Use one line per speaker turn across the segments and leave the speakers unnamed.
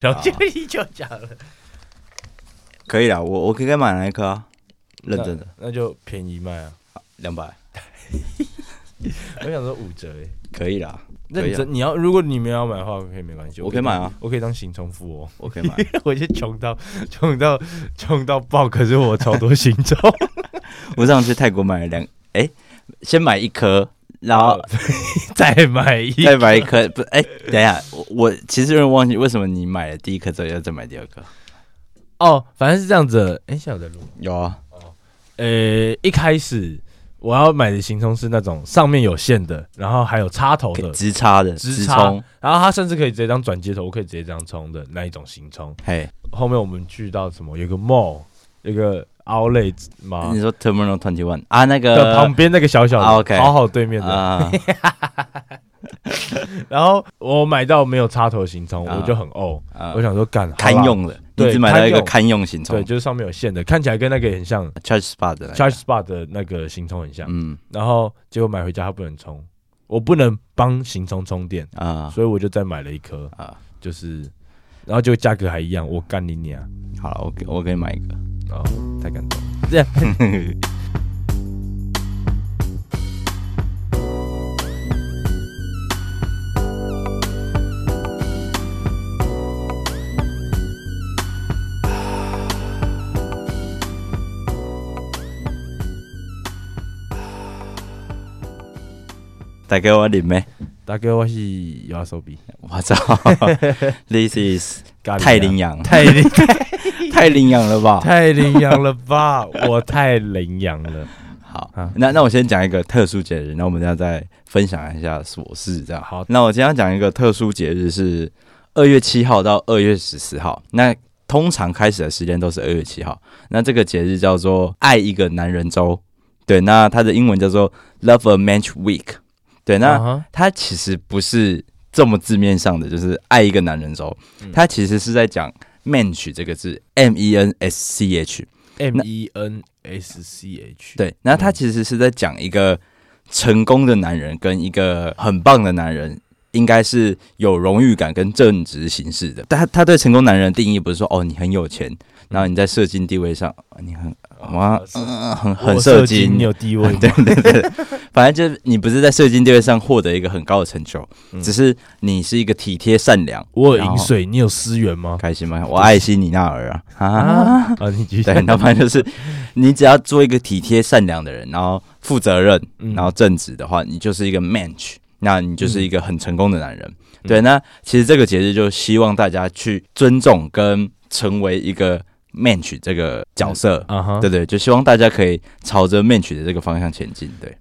然后就就讲了，
可以啦，我我可以给买哪一颗啊？认真的，
那，那就便宜卖啊。
两百
我想说五折哎，
可以啦，可
认
以啊，
真你要，如果你们要买的话，可以没关系，
我可以买啊，
我可以当行充付哦。
我可以买。
我就穷到穷到穷到爆，可是我超多行充，
我上次去泰国买了两，哎，先买一颗，然后
再买一
再买一颗，不，哎，等一下，我我其实有点忘记为什么你买了第一颗之后要再买第二颗。
哦，反正是这样子的。哎、现在有在录吗。
有啊，
呃、一开始我要买的行充是那种上面有线的，然后还有插头
可以
的，
直插的，
直
直
插
冲，
然后它甚至可以直接当转接头，我可以直接这样充的那一种行充。
嘿，
后面我们去到什么？有个 mall，有个 outlet 嘛
你，说 Terminal Twenty One 啊，那
的
个
旁边那个小小的，
嗯啊，OK
好好对面的。
啊，
然后我买到没有插头的行充，
啊
我就很哦，
啊
我想说干
堪，
好啦
用的，
对
你只买到一个
堪
堪用型
对，
充
就是上面有线的，看起来跟那个也很像
，Charge Spot 的那个，
charge spot 的那个行充很像。
嗯
然后结果买回家它不能充，我不能帮行充充电，
啊
所以我就再买了一颗，
啊，
就是，然后就价格还一样，我干你娘！
好了，我给我给你买一个，
哦，太感动了，这样
大概我领咩？
大哥我是有要手比，
我 操，This is
干你娘
太领养，
太 领
太领养了吧？
太领养了 吧，我太领养了，
好
啊，
那那我先讲一个特殊节日，那我们等一下再分享一下琐事，这样。
好
那我今天要讲一个特殊节日是二月七号到二月十四号，那通常开始的时间都是二月七号。那这个节日叫做“爱一个男人周”，对，那它的英文叫做 “Love a Match Week”，对，那。
啊哈
它其实不是这么字面上的，就是爱一个男人周
嗯，
它其实是在讲 mench 这个字，m e n s c h。
M E N S C H，，
对，那
嗯
它其实是在讲一个成功的男人跟一个很棒的男人。应该是有荣誉感跟正直行事的。但他他对成功男人的定义不是说哦你很有钱，然后你在社经地位上哦你很哇、
是
嗯很
嗯我
很
射
社经，
你有地位
对对对，对反正就是你不是在社经地位上获得一个很高的成就，
嗯
只是你是一个体贴善良。
我有
然
饮
后
水，你有思源吗？
开心吗？我爱惜你那儿啊！啊，
啊，你 继续，
对，那反正就是你只要做一个体贴善良的人，然后负责任，
嗯
然后正直的话，你就是一个 match，那你就是一个很成功的男人。
嗯
对，那其实这个节日就希望大家去尊重跟成为一个 match 这个角色，
啊哈，
对对，就希望大家可以朝着 match 的这个方向前进。对，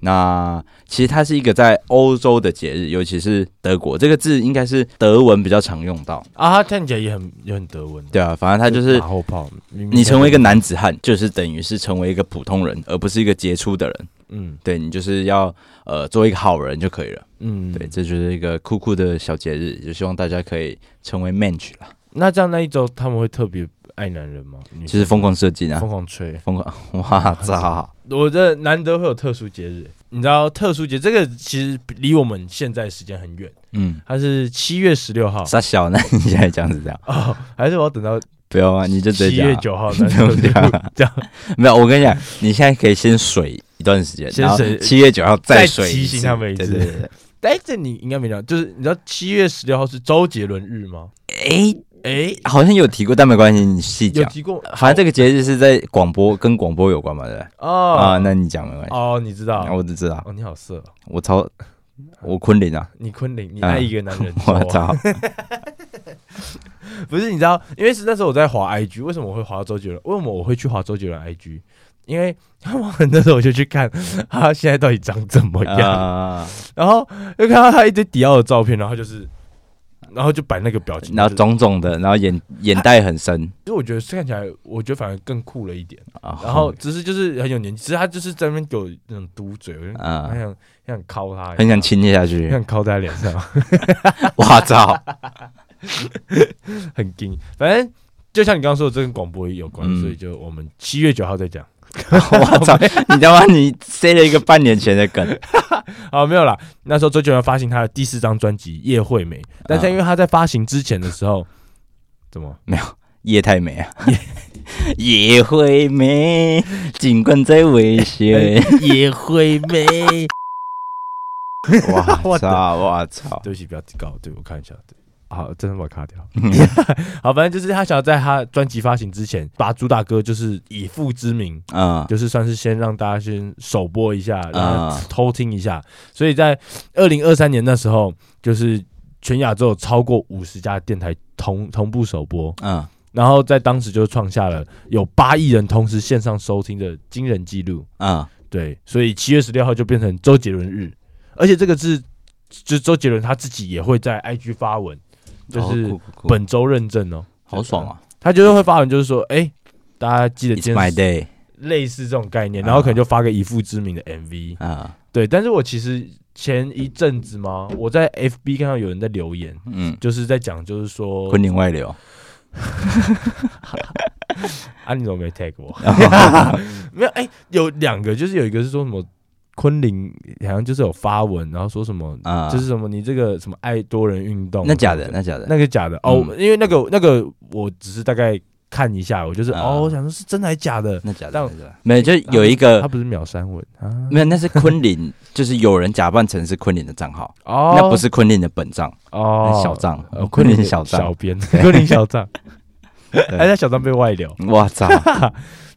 那其实它是一个在欧洲的节日，尤其是德国，这个字应该是德文比较常用到。
啊，他看起来也很也很德文，
对啊，反正它就是
打后炮。明明
你成为一个男子汉，就是等于是成为一个普通人，而不是一个杰出的人。
嗯
对你就是要呃做一个好人就可以了。
嗯，
对，这就是一个酷酷的小节日，就希望大家可以成为 match 啦，
那这样那一周他们会特别爱男人吗？女
就是疯狂射击啊
疯，狂吹。
疯狂 哇操！
我这难得会有特殊节日，你知道特殊节这个其实离我们现在时间很远，
嗯，
它是七月十六号
傻小，那你现在这样子讲，
哦，还是我要等到
不用啊，你就直
七
接讲啊。
月九号才
不用这样啊
这样
没有，我跟你讲，你现在可以先水一段时间，
先
然后
水
七月九号
再
水
提
一
醒
次
他们一
对
次
对对对
哎，这你应该没讲，就是你知道七月十六号是周杰伦日吗？
对，
哎，
哎，好像有提过，但没关系，你细
有
讲。
提过
反正这个节日是在广播跟广播有关嘛，对不对？啊，
哦
那你讲没关系，
哦，你知道
我只知道，
哦，你好色哦，
我超我昆凌啊，
你昆凌，你
啊
爱一个男人，
我操，
不是，你知道，因为是那时候我在滑 IG，为什么我会滑到周杰伦？为什么我会去滑周杰伦 IG？因为他们那时候我就去看他现在到底长怎么样，
啊，
然后又看到他一堆迪奥的照片，然后就是，然后就摆那个表情，
然后
就是
肿肿的，然后眼眼袋 很深
其实我觉得看起来，我觉得反而更酷了一点。
啊，
然后只是就是很有年纪，只是他就是在那边给我那种嘟嘴，我就
啊
很想很想敲他，
很想亲下
很
去，
想敲在他脸上，
我操，
很硬。反正就像你刚刚说的，这跟广播也有关，
嗯
所以就我们七月九号再讲。
我操，你他妈你塞了一个半年前的梗，
啊，没有啦， 那时候周杰伦发行他的第四张专辑《叶惠美》，但是因为他在发行之前的时候，怎么？
夜太美啊，夜会美，尽管再危险。
也会美。
哇
哎 我的
操！哇 操！
对不起，不要搞，对我看一下，对，好，真的把它卡掉。
嗯
好，反正就是他想要在他专辑发行之前，把主打歌就是以父之名，
嗯
就是算是先让大家先首播一下，然后
啊
偷听一下。所以在二零二三年那时候，就是全亚洲有超过五十家电台同同步首播，
嗯，
然后在当时就创下了有八亿人同时线上收听的惊人记录。
嗯，
对，所以七月十六号就变成周杰伦日，而且这个是就周杰伦他自己也会在 IG 发文，就是
哦酷酷酷
本周认证哦，
好爽啊
他就是会发文，就是说，哎、大家记得
！It's
今
my
天
day
类似这种概念，然后可能就发个以父之名的 MV。
啊，
对，但是我其实前一阵子嘛，我在 FB 看到有人在留言，
嗯，
就是在讲，就是说
昆凌外流，
啊，你怎么没 tag 我？没有，哎、有两个，就是有一个是说什么昆凌，好像就是有发文，然后说什么，
啊
就是什么你这个什么爱多人运动，
那假的，，那假的，
那个假的哦，
嗯
因为那个那个我只是大概看一下，我就是、
啊
哦，我想说是真的还假的，
那假的
但
那假的，没有，就有一个
他不是秒删文啊，
没有，那是昆凌， 就是有人假扮成是昆凌的账号，
哦，
那不是昆凌的本账，
哦
那，小账
呃，，
昆凌
的
是小账
小，编，昆凌小账，
对
哎，那小账被外流，
哇操，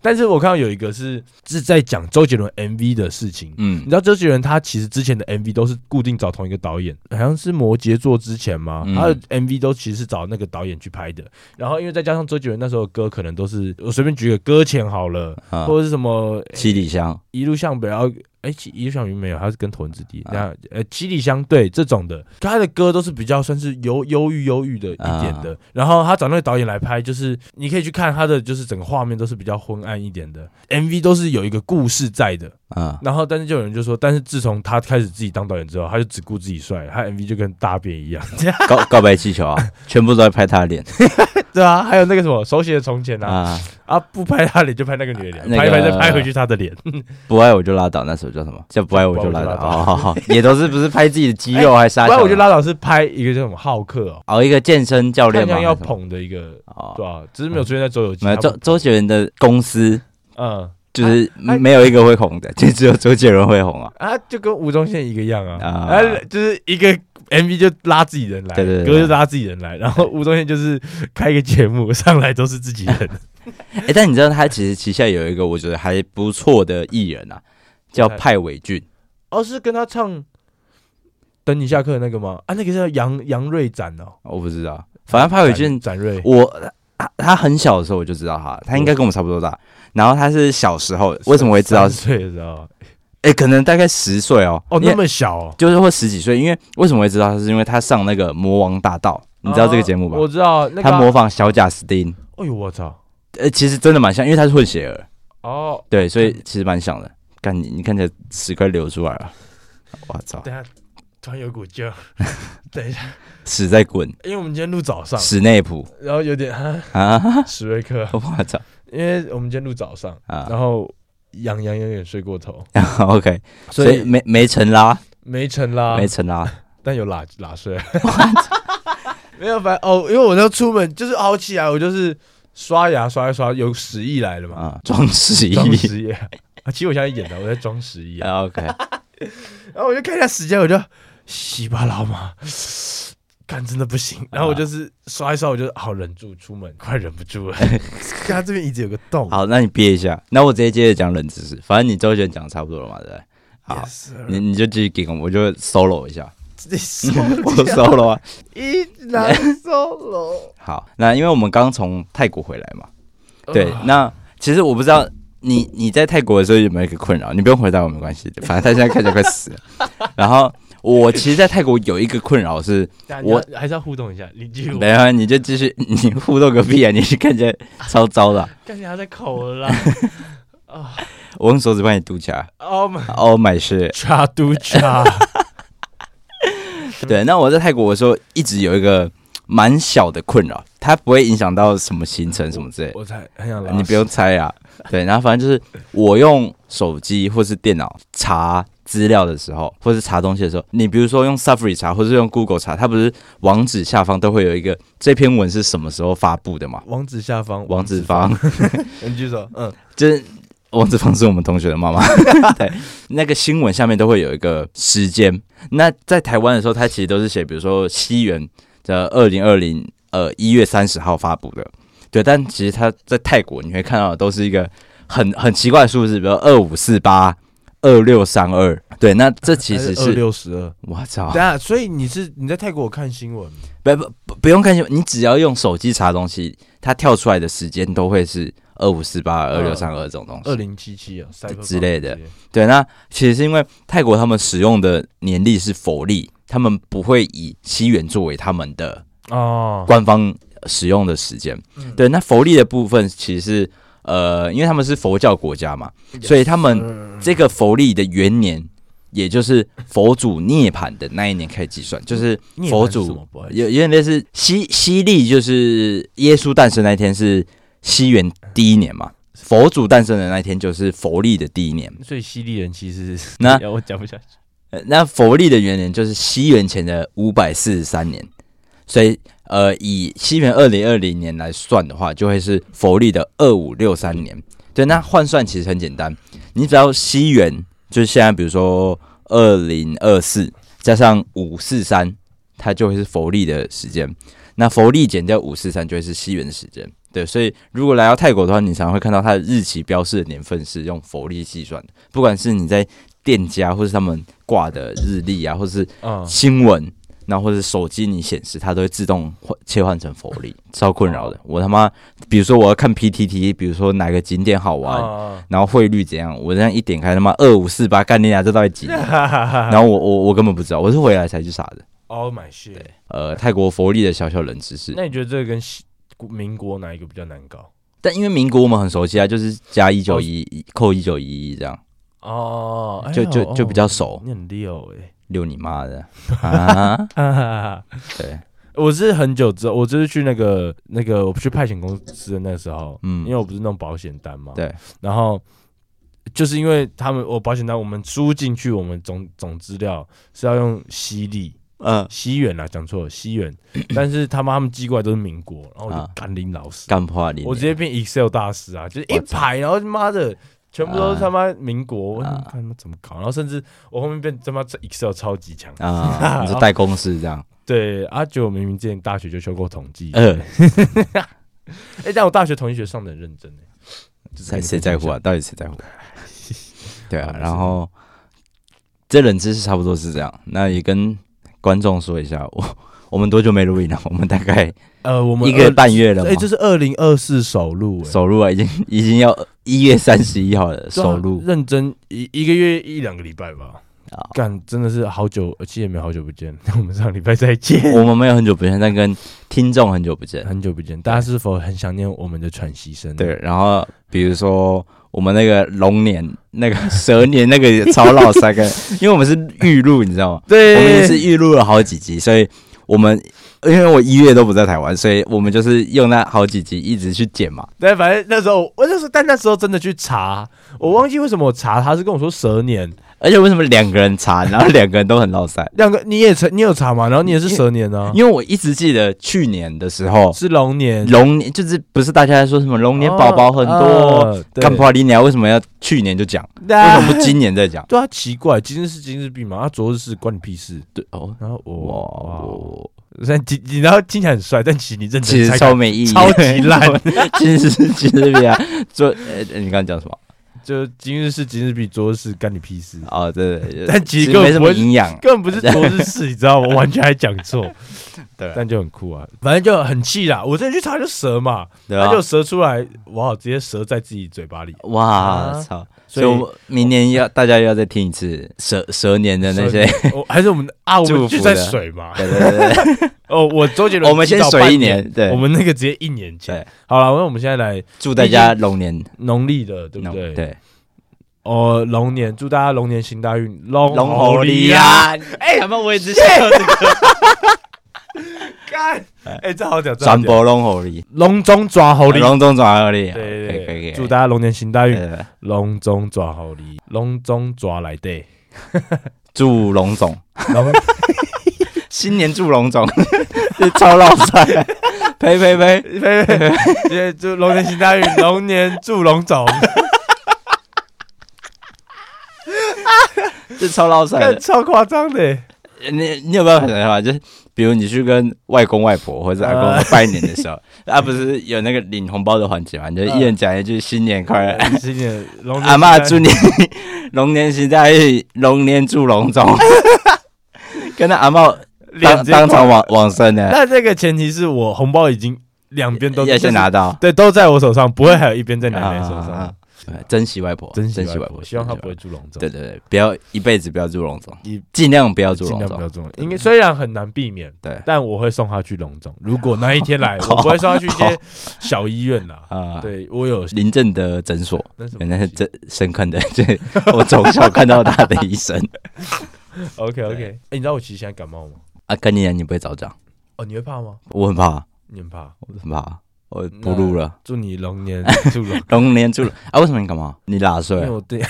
但是我看到有一个是是在讲周杰伦 MV 的事情，你
嗯
知道周杰伦他其实之前的 MV 都是固定找同一个导演，好像是摩羯座之前嘛，
嗯
他的 MV 都其实是找那个导演去拍的。然后因为再加上周杰伦那时候的歌可能都是我随便举个搁浅好了，
啊，
或者是什么诶
七里香，
一路向北，然后哎、其一路向云没有，他是跟头文字 D，
啊
然后呃七里香对这种的，他的歌都是比较算是忧忧郁忧郁的一点
啊
的。然后他找那个导演来拍，就是你可以去看他的，就是整个画面都是比较昏暗一点的，MV 都是有一个故事在的。
啊，
然后，但是就有人就说，但是自从他开始自己当导演之后，他就只顾自己帅，他 MV 就跟大便 一样。
告告白气球啊，全部都在拍他的脸
对啊，还有那个什么手写的从前啊，
啊，
啊不拍他脸就拍那个女的脸，
那个
拍一拍再拍回去他的脸。
不爱我就拉倒，那首叫什么？叫不爱我就拉倒，
不爱我就拉倒
好好好，也都是不是拍自己的肌肉还是啥？
后来我就拉倒是拍一个叫什么浩克哦，
哦，一个健身教
看
练
起
嘛，
来要
还是什么
捧的一个，
哦，
对啊，只是没有出现在周游记。
没有
他
周
不
周杰伦的公司
嗯
就是
啊啊
没有一个会红的，就只有周杰伦会红啊。
啊，就跟吴宗宪一个样啊，
啊
啊就是一个 MV 就拉自己人来，
对对对
歌就拉自己人来，然后吴宗宪就是开一个节目上来都是自己 人，
哎，但你知道他其实旗下有一个我觉得还不错的艺人啊，叫派伟俊。
哦，是跟他唱《等你下课》那个吗？啊，那个叫杨杨瑞展哦，
我不知道，反
嗯
正派伟俊，
展展瑞，
我他他很小的时候我就知道他，他应该跟我们差不多大。然后他是小时候为什么会知道
三？岁的时候
哎，可能大概十岁哦。
哦，
因为
那么小哦，
就是会十几岁，因为为什么会知道？是因为他上那个《魔王大道》，你知道这个节目吧
啊？我知道，那个
他模
啊，
仿小贾斯汀，
哎呦我操，
呃，其实真的蛮像，因为他是混血儿，
哦，
对，所以其实蛮像的。干你，你看起来屎快流出来 了，我操，
等一下突然有股 劲儿，等一下，
屎在滚，
因为我们今天录早上，
史内普
然后有点 哈
啊，
史瑞克，
我操
因为我们今天录早上，
啊
然后杨洋有点睡过头，
，OK，所
所
以
以啊
没没成啦，
没成啦，
没成啦，
但有拉拉 睡。 没有，反正哦，因为我那出门就是熬起来，我就是刷牙刷一刷，有屎意来了嘛，
啊，装屎
装
意
屎意。 啊，其实我现在演的，我在装屎意啊。
啊，OK，
然后我就看一下时间，我就稀巴拉嘛，看真的不行。
啊
然后我就是刷一刷，我就好忍住出门，快忍不住了。 他这边一直有个洞。
好，那你憋一下，那我直接接着讲冷知识，反正你周杰伦讲得差不多了嘛，对不对？好
Yes,
你你就继续给我，我就 solo 一下，我
你
solo 啊，
一难 solo。
好，那因为我们刚从泰国回来嘛，
哦
对，那其实我不知道你你在泰国的时候有没有一个困扰，你不用回答我没关系，反正他现在看起来快死 了。然后我其实，在泰国有一个困扰是，
那
我
我还是要互动一下，你继续
等一下啊你就继续 你互动个屁啊，你是看起来超糟的啊、
看起来他在口 了啦。啊
我用手指把你堵起来。
，Oh my
Oh my shit！
查嘟查，
对，那我在泰国的时候一直有一个蛮小的困扰，它不会影响到什么行程什么之类的。
我才很想拉屎。
你不用猜啊。对，然后反正就是我用手机或是电脑查资料的时候，或是查东西的时候，你比如说用 Safari 查，或是用 Google 查，它不是网址下方都会有一个这篇文是什么时候发布的嘛？
网址下方，
网址方，
你继续说，嗯，
就是王志芳是我们同学的 妈妈，对，那个新闻下面都会有一个时间。那在台湾的时候，它其实都是写，比如说西元的二零二零呃一月三十号发布的，对。但其实它在泰国你会看到的都是一个很很奇怪的数字，比如二五四八、二六三二，对。那这其实
二
是
六十二。
我操
对，啊，所以你是你在泰国有看新闻吗，
不不不不用看新闻，你只要用手机查东西，它跳出来的时间都会是二五四八、二六三二这种东西
二。零七七啊，Cyberpunk
之类的对，那其实是因为泰国他们使用的年历是佛历，他们不会以西元作为他们的
哦，
官方使用的时间。
嗯
对，那佛历的部分其实是呃，因为他们是佛教国家嘛，所以他们
嗯
这个佛历的元年，也就是佛祖涅槃的那一年开始计算，就是
涅槃
佛
是什
祖
么不好意思
有有点类似西西历，就是耶稣诞生那一天是西元第一年嘛，佛祖诞生的那一天就是佛历的第一年。
所以犀利人其实是
那
我讲不下去。
呃，那佛历的元年就是西元前的五百四十三年，所以呃，以西元二零二零年来算的话，就会是佛历的二五六三年。对，那换算其实很简单，你只要西元就是现在，比如说二零二四加上五四三，它就会是佛历的时间。那佛历减掉五四三就会是西元的时间。对，所以如果来到泰国的话，你常常会看到它的日期标示的年份是用佛历计算的，不管是你在店家或是他们挂的日历啊，或是
嗯，
新闻，然后或是手机你显示，它都会自动换切换成佛历，
嗯
超困扰
哦
的。我他妈，比如说我要看 PTT，比如说哪个景点好玩，
啊，
然后汇率怎样，我这样一点开，他妈二五四八，干你俩这到底 几年？
然
然后我我我根本不知道，我是回来才去查的。
Oh my shit！
呃，泰国佛历的小小冷知识，
那你觉得这个跟西民国哪一个比较难搞？
但因为民国我们很熟悉啊，就是加一九一扣一九一一这样，
哦，哎
就就
呦
就比较
哦
熟。
你很溜哎。
溜你妈的 啊！
哈 哈哈！
对，
我是很久之后，我就是去那个那个我去派遣公司的那时候，
嗯
因为我不是弄保险单嘛，
对，
然后就是因为他们我保险单我们输进去，我们总总资料是要用西历
嗯、
西元啊，讲错了西元，但是他妈他们寄过来都是民国，然后我就
啊
干林老师，
干破你！
我直接变 Excel 大师啊，就是一
我操
排，然后妈的。全部都是他妈民国，我
啊
他妈怎么搞？然后甚至我后面变他妈 Excel 超级强，
啊，你说代公式这样，
对，阿九我明明之前大学就修过统计，
呃，
哎、但我大学同学上的很认真哎、就是跟你
谁谁在乎啊？
分
到底谁在乎？ 对啊
好，没事
然后这冷知识差不多是这样，那也跟观众说一下，我 我们多久没录音了？ 我们大概
享？呃，我们
一个
二
半月了嘛
哎、，这是二零二四首录哎、
首录啊，已经已经要一月三十一号了，
对啊
首录
认真一一个月一两个礼拜吧。
啊。
干，真的是好久，呃其实也没有好久不见， 我们上礼拜再见，
我们没有很久不见，但跟听众很久不见。
很久不见，大家是否很想念我们的喘息声？
对，，然后比如说我们那个龙年、那个蛇年、那个超老三个， 因为我们是预录，你知道吗？
对
我们也是预录了好几集，所以我们因为我一月都不在台湾，所以我们就是用那好几集一直去剪嘛。
对，反正那时候我那时候，但那时候真的去查，我忘记为什么我查，他是跟我说蛇年，
而且为什么两个人查，然后两个人都很老 塞？
两个你也查，你有查吗？然后你也是蛇年啊，
因为我一直记得去年的时候，
是龙年，
龙年就是不是大家在说什么龙年宝宝很多，
哦，
干
破，
破你鸟为什么要去年就讲？为
为
什么不今年再讲？
啊 对啊，奇怪，今日是今日币嘛，啊，昨日是关你屁事。
对哦，
然后
哇
我
我。
但你你然后听起来很帅，但其实你认真
其实
猜
超没意义，
超级烂。
其实是其实比啊，昨呃你刚刚讲什么？
就今日是今日币，昨日是干你屁事，
哦，对对对，
但其实
其
根
实没
本
什
不会
么营 养。
根本不是昨日 事，你知道吗？完全还讲错，
对
但就很酷啊，反正就很气啦。我真的去查就蛇嘛，
对
他
啊
就，蛇出来，哇，直接蛇在自己嘴巴里，
哇操！
所
啊所以
以
我明年要大家要再听一次蛇蛇年的那些，
我还是我 们啊，我们
祝
就
福
在
的。
水嘛
对对对 对
哦，我周杰伦
我们先
知道
水
半
一年，对
我，们那个直接一年前
对。
好了，那我们现在来
祝大家龙年，
农历的，对不
龙
对？。
对，
哦，龙年，祝大家龙年行大运，龙啊
龙猴啊
利
利
呀！
呀！哎，他们我也只想要这个
干，哎，这好屌，这好
转
屌
播龙猴利，
龙中抓猴利。
龙中转猴利，
对
可以
对
可以可
对，
以，
祝大家龙年行大
对
运，
对对
龙中抓猴利，龙中抓来对。
祝龙总
然 后
新年祝龙总， 这超老帅， 呸呸呸！
呸呸呸！因为祝龙年行大运，龙年祝龙总。
这超老帅
干
的。
超夸张的欸，
你你有没有很想
嗯
法？就是比如你去跟外公外婆或者阿
啊
公拜年的时候，
嗯
啊，不是有那个领红包的环节嘛？你就一人讲一句“新年快乐”，
新年龙年
阿
妈
妈祝你龙年行大运，龙年祝龙 总。跟那阿茂当当场往往生呢，
那这个前提是我红包已经两边都
也先拿，到
就是，对，都在我手上，不会还有一边在奶奶手
啊啊啊
上。
对珍惜外婆，
珍
惜
惜
外
外
婆，
婆，希望他
珍惜
不
外
会住笼
婆。
中，
对，对对，不要一辈子不要住龙总
一，
尽量不要住
尽
龙
量不要
总。嗯
住笼中。应该虽然很难避免，
对
但我会送他去笼中。如果那一天 来，我不会送他去一些小医院啦。
啊，
对我有
临阵的诊所，
那什么
原来是这深坑的， 这我从小看到大的医生
OK OK。哎，你知道我其实现在感冒吗？
啊。跟你讲，你不会早讲，
哦，你会怕吗？
我很怕，
你很怕？
我很怕，我不录了。
祝你龙 年祝龙，
龙年住了啊？为什么你感冒？你 拉
因
睡
为
啊？
我对，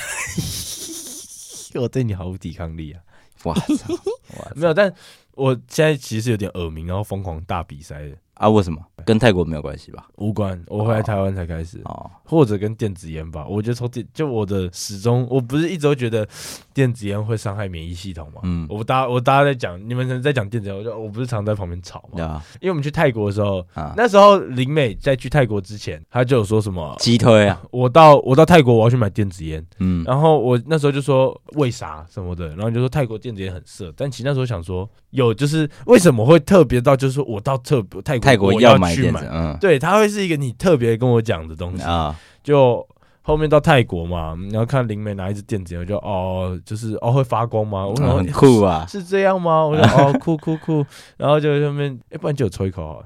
因为我对你毫无抵抗力啊。
哇操！哇
没有，但我现在其实有点耳鸣，然后疯狂大比赛的
啊？为什么？跟泰国没有关系吧？
无关。我回来台湾才开始，
哦，
或者跟电子烟吧。我觉得抽电，就我的始终，我不是一直都觉得电子烟会伤害免疫系统嘛。
嗯，
我大家我大家在讲，你们在讲电子烟，我就我不是常在旁边吵
对
嘛。
啊，
因为我们去泰国的时候，
啊
那时候林美在去泰国之前，她就有说什么，
鸡推啊，
我到我到泰国我要去买电子烟，
嗯，
然后我那时候就说为啥什么的，然后你就说泰国电子烟很色，但其实那时候想说有就是为什么会特别到就是说我到特泰国
泰国
我
要
要
买
去
电子，嗯
对，它会是一个你特别跟我讲的东西。
啊，
就后面到泰国嘛，然后看灵媒拿一支电子烟，我就哦就是哦会发光吗？我想说、
很酷 啊，
是这样吗？我就哦酷酷酷，然后就后面哎要不然就有抽一口好了。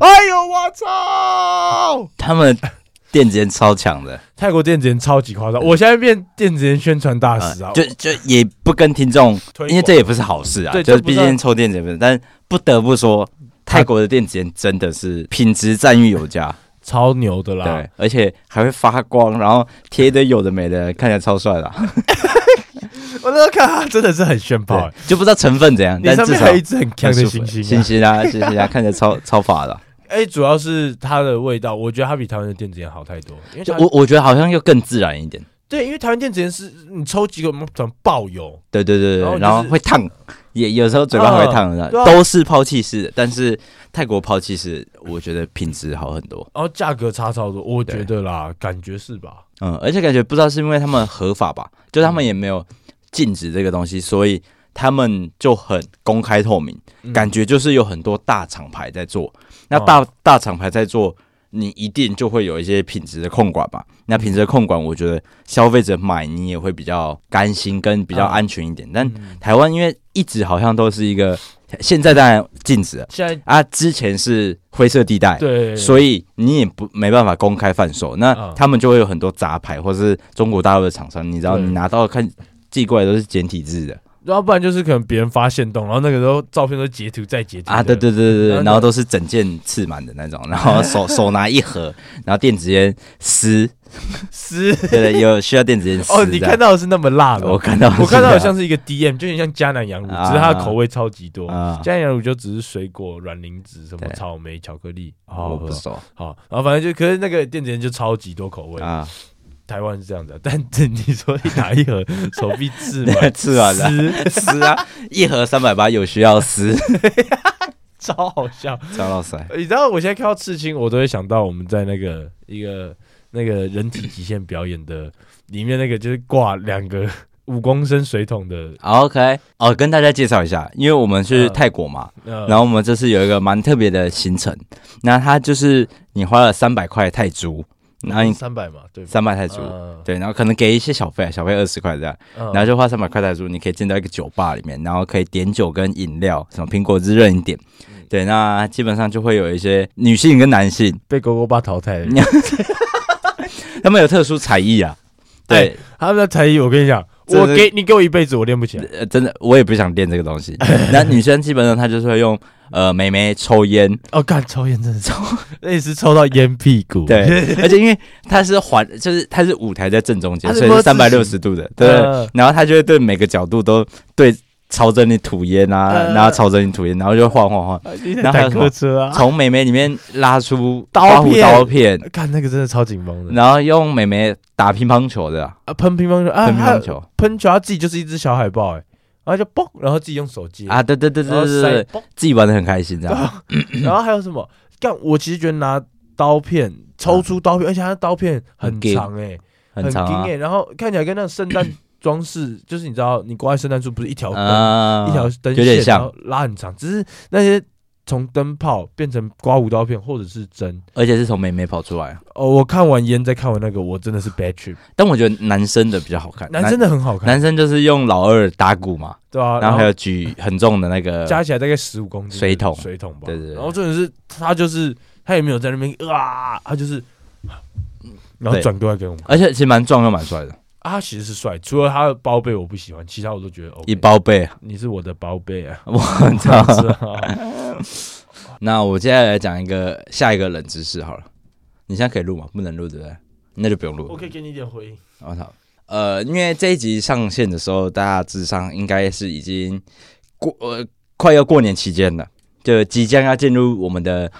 哎呦我操！
他们电子烟超强的，
泰国电子烟超级夸张，我现在变电子烟宣传大
啊
使啊！
就就也不跟听众
推广
因为这也不是好事啊，
对
就是
这不
毕
是
竟抽电子烟，但不得 不说，
它
泰国的电子烟真的是品质赞誉 有加，
超牛的啦
对！，而且还会发光，然后贴一堆有的没的，看起来超帅 的啊，
我那时候看它真的是很炫欸爆、
对
欸，，
就不知道成分怎样，
你
但
上
至
面
少
还有一只很强的
很舒
星
服
星、啊。
星 星啊，星星啊，看起来超超法的啊。
哎、主要是它的味道，我觉得它比台湾的电子烟好太多。因为
就
台
我我觉得好像又更自然一点，
对，因为台湾电子烟是你抽几个，我们转爆油，
对对对
然后
对，
就是
然后会烫，也有时候嘴巴会烫的，
对啊
都是抛弃式的，但是泰国抛弃式，我觉得品质好很多。
然后价格差超多，我
对
觉得啦，感觉是吧？
嗯，而且感觉不知道是因为他们合法吧，就他们也没有禁止这个东西，所以他们就很公开透明，
嗯哦
感觉就是有很多大厂牌在做。那大、大厂牌在做，你一定就会有一些品质的控管吧？那品质的控管，我觉得消费者买你也会比较甘心跟比较
嗯
安全一点。但
嗯
台湾因为一直好像都是一个，现在当然禁止了
现在
啊，之前是灰色地带，
对，
所以你也不没办法公开贩售，那
嗯
他们就会有很多杂牌或是中国大陆的厂商，你知道
对
你拿到看寄过来都是简体字的
要不然就是可能别人发现动，然后那个时候照片都截图再截图
啊，
的
对对对
然后
对对，
就
然后都是整件刺满的那种，然 后手手拿一盒，然后电子烟撕，
是
对对，有需要电子烟撕
哦，你看
到
到的是那么辣的，
我看到
我看到的
啊是这样
像是一个 DM，就很像迦南羊乳，
啊
只是它的口味超级多。
啊，
加羊乳就只是水果、软磷脂、什么
对
草莓、巧克力，好
我
好
哦不
喝。
熟
好，然后反正就，可是那个电子烟就超级多口味。
啊，
台湾是这样子、啊， 但你说一打一盒，手臂刺嘛，
吃完了
撕
撕啊，一盒三百八，有需要撕，
超好笑。
张老师，
你知道我现在看到刺青，我都会想到我们在那个一个那个人体极限表演的里面那个，就是挂两个 五公升水桶的，
OK，哦，跟大家介绍一下，因为我们去
嗯
泰国嘛，
呃，
然后我们这次有一个蛮特别的行程，那它就是你花了三百块泰铢，然后你
三百嘛，对吧？
三百泰铢，
嗯
对，然后可能给一些小费，小费二十块这样，
嗯
然后就花三百块泰铢，你可以进到一个酒吧里面，然后可以点酒跟饮料，什么苹果汁任你点。
嗯
对，那基本上就会有一些女性跟男性，
被狗狗爸淘汰了。
他们有特殊才艺啊。对，
他们的才艺，我跟你讲，
这
我
是
给你给我一辈子，我练不起来。
呃，真的，我也不想练这个东西。那女生基本上她就是会用呃妹妹抽烟，
哦，干抽烟真 的是抽，那是抽到烟屁股。
对，而且因为他是环，就是他是舞台在正中间
它，是
所以是三百
摸
六
自
十
己
度的，对。
呃
然后他就会对每个角度都对朝着你吐烟啊，
呃
然后朝着你吐烟，然后就晃晃
啊
晃，然后还
坦
有什么
克车啊，
从妹妹里面拉出
刀
刮胡
片
刀片，
干那个真的超紧绷的。
然后用妹妹打乒乓球的啊
啊，喷乒乓球啊，
喷乒
还
乓
有
球
喷球，他自己就是一只小海豹，哎，然后就嘣，然后自己用手接，
啊，对对对
然后
对对嗯
塞啊
对，
嘣，
自己玩的很开心这样。
然后还有什么？干，我其实觉得拿刀片抽出刀片，而且它的刀片很
很硬
长，哎，
很长
硬
啊
哎，然后看起来跟那种圣诞装饰，就是你知道，你国外圣诞树不是一条灯
啊，
哦一条灯
有点
线，
像
然后拉很长，只是那些从灯泡变成刮胡刀片或者是针。
而且是从妹妹跑出来。啊
哦，我看完烟再看完那个，我真的是 bad trip。
但我觉得男生的比较好看，
男生的很好
男
看，
男生就是用老二打鼓嘛，
对啊，
然后还有举很重的那个，
加起来大概十五公斤
水桶
水桶吧。
对对对
然后重点是他就是他也没有在那边啊，他就是，然后
对
转过来给我们看。
而且其实蛮壮又蛮帅的，
啊，他其实是帅，除了他的包被我不喜欢，其他我都觉得 OK。
一包背。
你是我的包被啊，
我
这
操
样！子 啊。
那我接下来讲一个下一个冷知识好了，你现在可以录吗？不能录对不对？那就不用录。
我可以给你一点回应。
我操，呃，因为这一集上线的时候，大致上应该是已经过呃快要过年期间了，就即将要进入我们的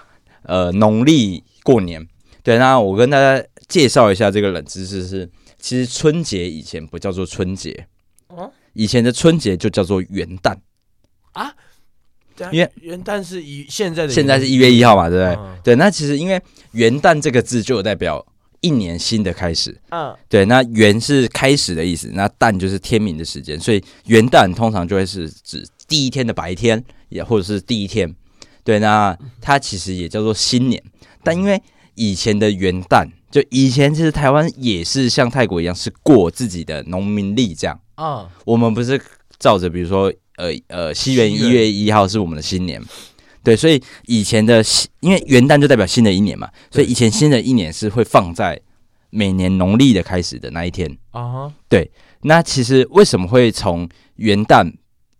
呃农历过年。对，那我跟大家介绍一下这个冷知识是，其实春节以前不叫做春节
哦，
以前的春节就叫做元旦，因为
元旦是一现在的元旦，
现在是一月一号嘛，对不对？
嗯，
对，那其实因为元旦这个字就有代表一年新的开始，
嗯，
对，那元是开始的意思，那旦就是天明的时间，所以元旦通常就会是指第一天的白天，也或者是第一天。对，那它其实也叫做新年，但因为以前的元旦，就以前其实台湾也是像泰国一样是过自己的农民历这样，
啊，
我们不是照着比如说呃呃西元
西
一
元
月一号是我们的新年，对，所以以前的新因为元旦就代表新的一年嘛，所以以前新的一年是会放在每年农历的开始的那一天。
啊哈，
那其实为什么会从元旦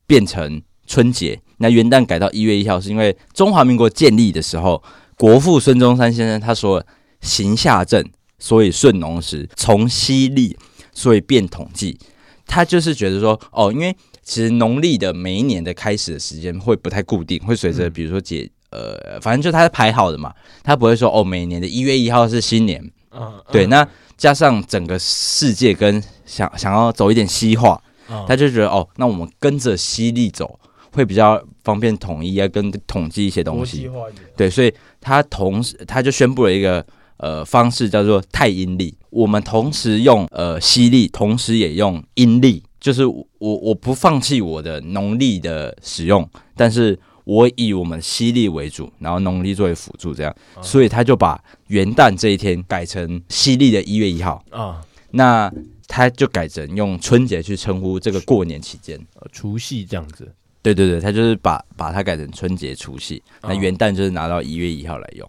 变成春节？那元旦改到一月一号，是因为中华民国建立的时候，国父孙中山先生他说“行下政，所以顺农时；从西历，所以变统计”。他就是觉得说，哦，因为其实农历的每一年的开始的时间会不太固定，会随着
嗯
比如说节，呃，反正就他排好的嘛，他不会说哦，每年的一月一号是新年，
嗯，
对，那加上整个世界跟想想要走一点西化，
他
他就觉得哦，那我们跟着西历走会比较方便统一，要跟统计一些东
国际
西。
化一点，
对，所以他同时他就宣布了一个呃方式叫做太阴历，我们同时用呃西历，同时也用阴历，就是我我不放弃我的农历的使用，但是我以我们西历为主，然后农历作为辅助这样。所以他就把元旦这一天改成西历的一月一号，
啊，
那他就改成用春节去称呼这个过年期间。
除夕这样子，
对对对，他就是把把它改成春节除夕，
哦
那元旦就是拿到一月一号来用。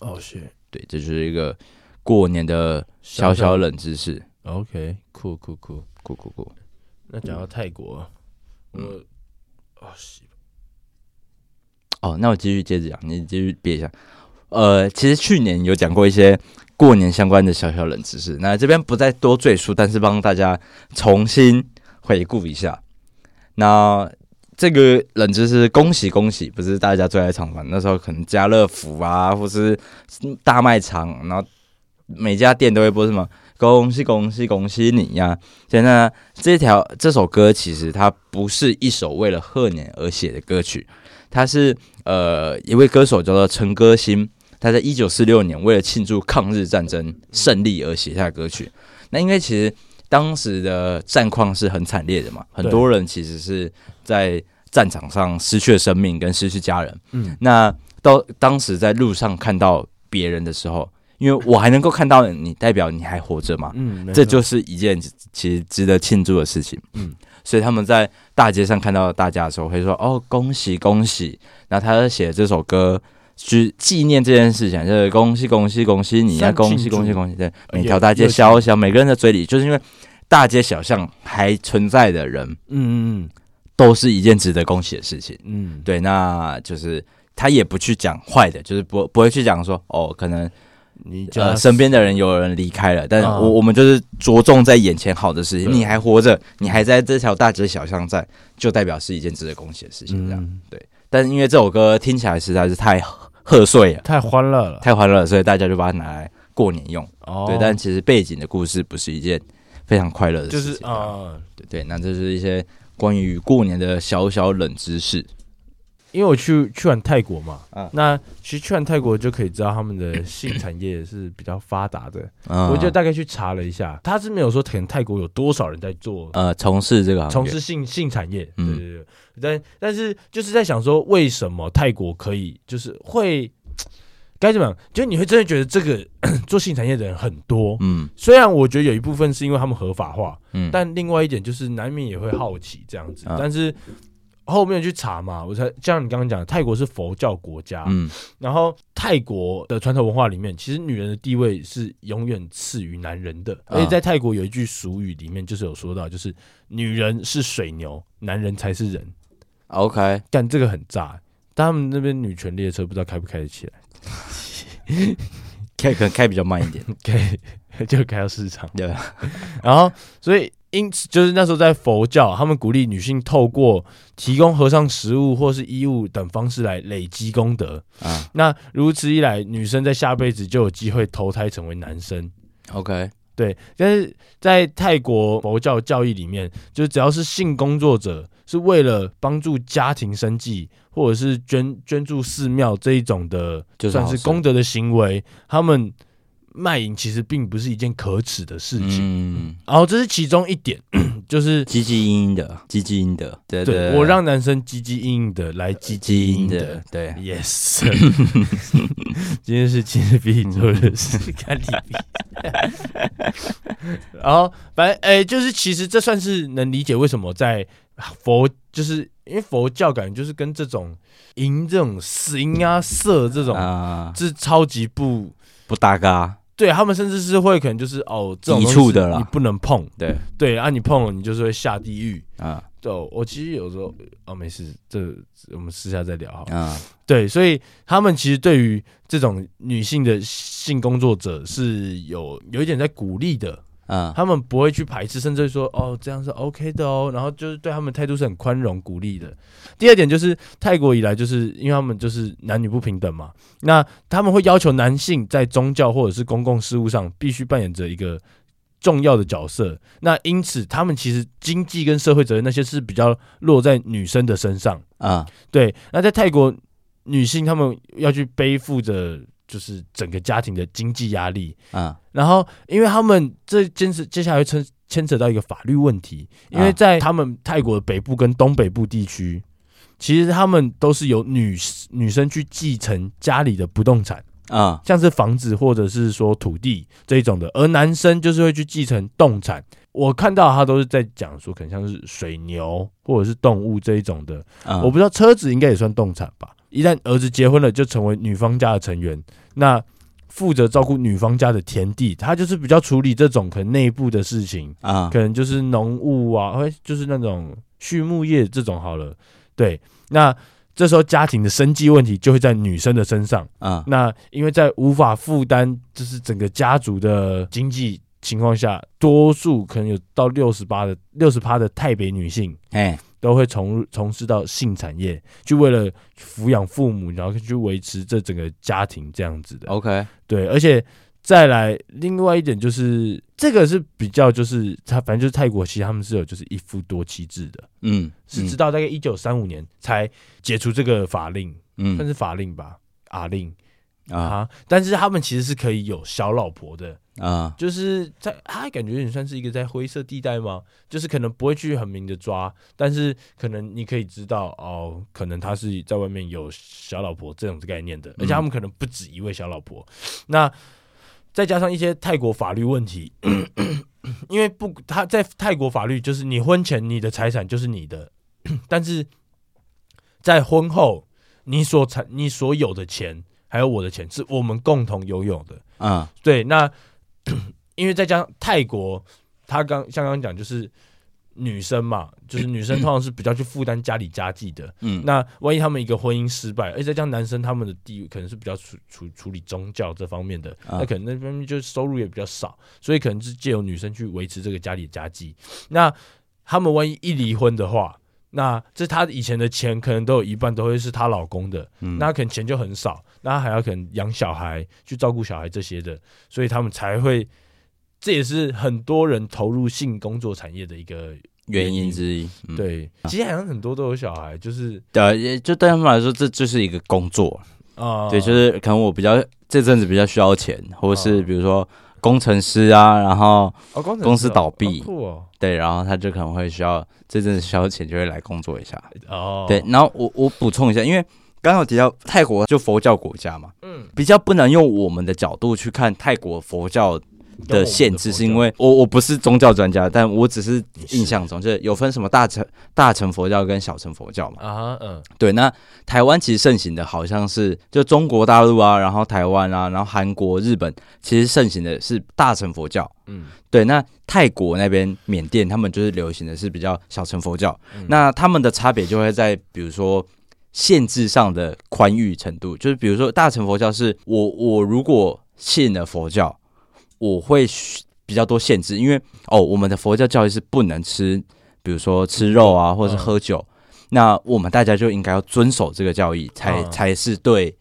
哦是
对，这就是一个过年的小小冷知识。
，OK，酷酷酷。
酷酷酷！
那讲到泰国，我啊西
哦，那我继续接着讲，你继续憋一下。呃，其实去年有讲过一些过年相关的小小冷知识，那这边不再多赘述，但是帮大家重新回顾一下。那这个冷知识，恭喜恭喜，不是大家最爱唱反，那时候可能家乐福啊，或是大卖场，然后每家店都会播什么“恭喜恭喜恭喜你呀”。所以呢，这条这首歌其实它不是一首为了贺年而写的歌曲，它是呃一位歌手叫做陈歌辛，他在一九四六年为了庆祝抗日战争胜利而写下的歌曲。那因为其实当时的战况是很惨烈的嘛，很多人其实是在战场上失去了生命跟失去家人。
嗯
那到当时在路上看到别人的时候，因为我还能够看到你，代表你还活着嘛。
嗯，没
啊这
错
就是一件其实值得庆祝的事情。
嗯
嗯，所以他们在大街上看到大家的时候，会说：“哦，恭喜恭喜！”然后他就写这首歌去纪念这件事情，就是恭喜恭喜恭喜你啊，
像庆祝
恭喜恭喜恭喜！对，
呃
每条大街
有
小小，每个人的嘴里，就是因为大街小巷还存在的人，
嗯嗯嗯，
都是一件值得恭喜的事情。
嗯，
对，那就是他也不去讲坏的，就是不不会去讲说哦，可能
你叫
呃
他
身边的人有人离开了，但
嗯
我我们就是着重在眼前好的事情。
对
你还活着，你还在这条大街小巷站，就代表是一件值得恭喜的事情。这样，
嗯
但是因为这首歌听起来实在是太 贺贺岁了，
太欢乐了。
太欢乐了，所以大家就把它拿来过年用。
哦，
对，但其实背景的故事不是一件非常快乐的
就
事情
是
这样。
啊，
对对，那这是一些关于过年的小小冷知识。
因为我去去完泰国嘛
嗯，
那其实去完泰国就可以知道他们的性产业是比较发达的。
嗯
我就大概去查了一下，他是没有说可能泰国有多少人在做
呃，从事这个行业
从事性性产业，对
嗯
对对。但但是就是在想说，为什么泰国可以就是会该怎么讲？就你会真的觉得这个 做性产业的人很多。
嗯
虽然我觉得有一部分是因为他们合法化，
嗯，
但另外一点就是难免也会好奇这样子。
嗯
但是后面去查嘛，我才像你刚刚讲的，泰国是佛教国家，
嗯
然后泰国的传统文化里面，其实女人的地位是永远次于男人的。而且在泰国有一句俗语里面，就是有说到，就是女人是水牛，男人才是人。
，OK，
但这个很炸，但他们那边女权列车不知道开不开得起来
开可能开比较慢一点，
，OK，就 开到市场。
对，啊
然后，所以因此就是那时候在佛教，他们鼓励女性透过提供和尚食物或是衣物等方式来累积功德。
啊
那如此一来，女生在下辈子就有机会投胎成为男生。
，OK，
对，但是在泰国佛教教义里面，就是只要是性工作者是为了帮助家庭生计，或者是捐捐助寺庙这一种的，
就是
算
好
是
事
功德的行为，他们卖淫其实并不是一件可耻的事情。
嗯，
然后这是其中一点， 就是
积极阴的，积极阴的，对
对我让男生唧唧硬硬的来唧唧
基
硬
因
硬
的
的。，
对，
Yes，今天是今日必做的事，看你。 然后反正哎、就是其实这算是能理解为什么在佛，就是因为佛教感觉就是跟这种淫、这种死淫啊、色这种、
啊，
是超级不
不搭嘎，
对，他们甚至是会可能就是哦，这种
抵
东
触
西
的啦
你不能碰，
对，
对啊，你碰了你就是会下地狱。
啊
对，我其实有时候哦，没事，这我们私下再聊好了。
啊，
对，所以他们其实对于这种女性的性工作者是有有一点在鼓励的，
啊，
他们不会去排斥，甚至说哦这样是 OK 的哦，然后就是对他们态度是很宽容鼓励的。第二点就是泰国以来就是因为他们就是男女不平等嘛，那他们会要求男性在宗教或者是公共事务上必须扮演着一个。重要的角色，那因此他们其实经济跟社会责任那些是比较落在女生的身上，
啊，
对，那在泰国，女性她们要去背负着就是整个家庭的经济压力，
啊，
然后因为他们这牵涉接下来会牵牵扯到一个法律问题，因为
啊
在他们泰国的北部跟东北部地区，其实他们都是由女女生去继承家里的不动产，
啊，
像是房子或者是说土地这一种的，而男生就是会去继承动产。我看到他都是在讲说，可能像是水牛或者是动物这一种的，
啊
我不知道车子应该也算动产吧。一旦儿子结婚了，就成为女方家的成员，那负责照顾女方家的田地，他就是比较处理这种可能内部的事情，
啊
可能就是农务啊，或就是那种畜牧业这种好了。对，那这时候家庭的生计问题就会在女生的身上。
啊，
那因为在无法负担就是整个家族的经济情况下，多数可能有到六十八的六十趴的台北女性
哎，
都会从从事到性产业，就为了抚养父母，然后去维持这整个家庭这样子的。
，OK，
对，而且再来另外一点就是，这个是比较就是他反正就是泰国，其实他们是有就是一夫多妻制的，
嗯，
是直到大概一九三五年才解除这个法令，算
嗯
是法令吧，啊令
啊
啊，但是他们其实是可以有小老婆的，
啊，
就是在他感觉有点算是一个在灰色地带吗？就是可能不会去很明的抓，但是可能你可以知道哦，可能他是在外面有小老婆这种概念的，而且他们可能不止一位小老婆。那再加上一些泰国法律问题， 因为不他在泰国法律就是你婚前你的财产就是你的， 但是在婚后你所产你所有的钱还有我的钱是我们共同拥有的。
啊
对，那因为再加上泰国，他刚像刚刚讲，就是女生嘛，就是女生通常是比较去负担家里家计的。
嗯，
那万一他们一个婚姻失败，而且再加上男生他们的地位可能是比较处处处理宗教这方面的，
啊
那可能那边就收入也比较少，所以可能是借由女生去维持这个家里的家计。那他们万一一离婚的话，那这她以前的钱可能都有一半都会是她老公的，
嗯
那她可能钱就很少，那她还要可能养小孩、去照顾小孩这些的，所以他们才会，这也是很多人投入性工作产业的一个
原因之一，嗯，
对。其实好像很多都有小孩，就是
呃，也就对他们来说，这就是一个工作，
啊，
对，就是可能我比较这阵子比较需要钱，或是
啊
比如说工程师啊，然后
哦工程师哦
公司倒闭
哦酷哦，
对，然后他就可能会需要这阵子需要钱，就会来工作一下。
哦
对，，然后我我补充一下，因为刚刚有提到泰国就佛教国家嘛，
嗯，
比较不能用我们的角度去看泰国佛教的限制，是因为我我不是宗教专家，但我只是印象中就是有分什么大乘大乘佛教跟小乘佛教嘛。
啊，嗯，
对，那台湾其实盛行的好像是就中国大陆啊，然后台湾啊，然后韩国、日本，其实盛行的是大乘佛教。
嗯，
对，那泰国那边、缅甸他们就是流行的是比较小乘佛教，
嗯
那他们的差别就会在比如说限制上的宽裕程度，就是比如说大乘佛教是我我如果信了佛教，我会需比较多限制，因为哦我们的佛教教义是不能吃，比如说吃肉
嗯
啊，或者是喝酒。那我们大家就应该要遵守这个教义，才、
嗯
才是对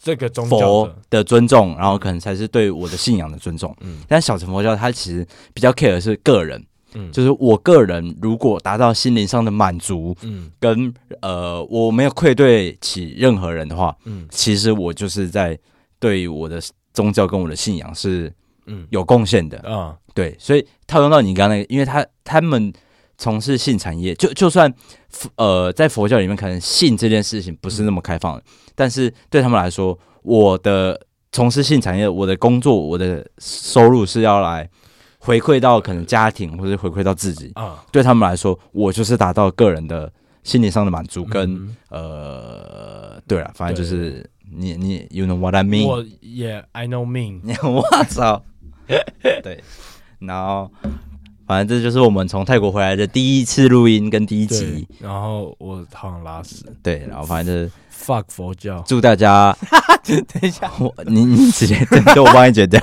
这个宗教
佛
的，
的尊重，然后可能才是对我的信仰的尊重。
嗯
但小乘佛教它其实比较 care 的是个人，
嗯，
就是我个人如果达到心灵上的满足，
嗯
跟呃我没有愧对起任何人的话，
嗯
其实我就是在对我的宗教跟我的信仰是
嗯
有贡献的。
啊，
对，所以套用到你刚刚那个，因为他他们从事性产业，就就算佛呃在佛教里面可能性这件事情不是
嗯
那么开放的，但是对他们来说，我的从事性产业，我的工作，我的收入是要来回馈到可能家庭或者回馈到自己。
啊，
对他们来说，我就是达到个人的心理上的满足跟，
嗯
呃，对了，反正就是你你 you know what I mean，
我也 I know mean，
我操！对，然后反正这就是我们从泰国回来的第一次录音跟第一集
对。，然后我好想拉屎
对，然后反正就是
，fuck 佛教，
祝大家，
等一下，
我你你直接对我帮你 剪掉。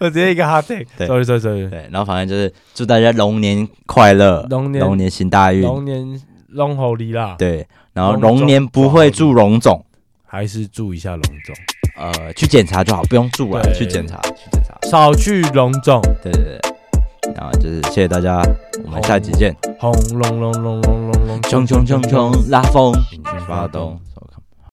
我直接一个 hard take，
对
sorry sorry sorry，
对，然后反正就是祝大家龙年快乐，
龙年
龙年行大运。
龙年龙猴离啦，
对，然后
龙种
龙年不会祝龙总，
还是注意一下龙种，
呃，去检查就好，不用祝了，
对
去检查，去检查。
少去龙种，
对对对，然后就是谢谢大家，我们下集见。
轰隆隆隆隆隆隆，
冲冲冲冲，拉风，引擎发动。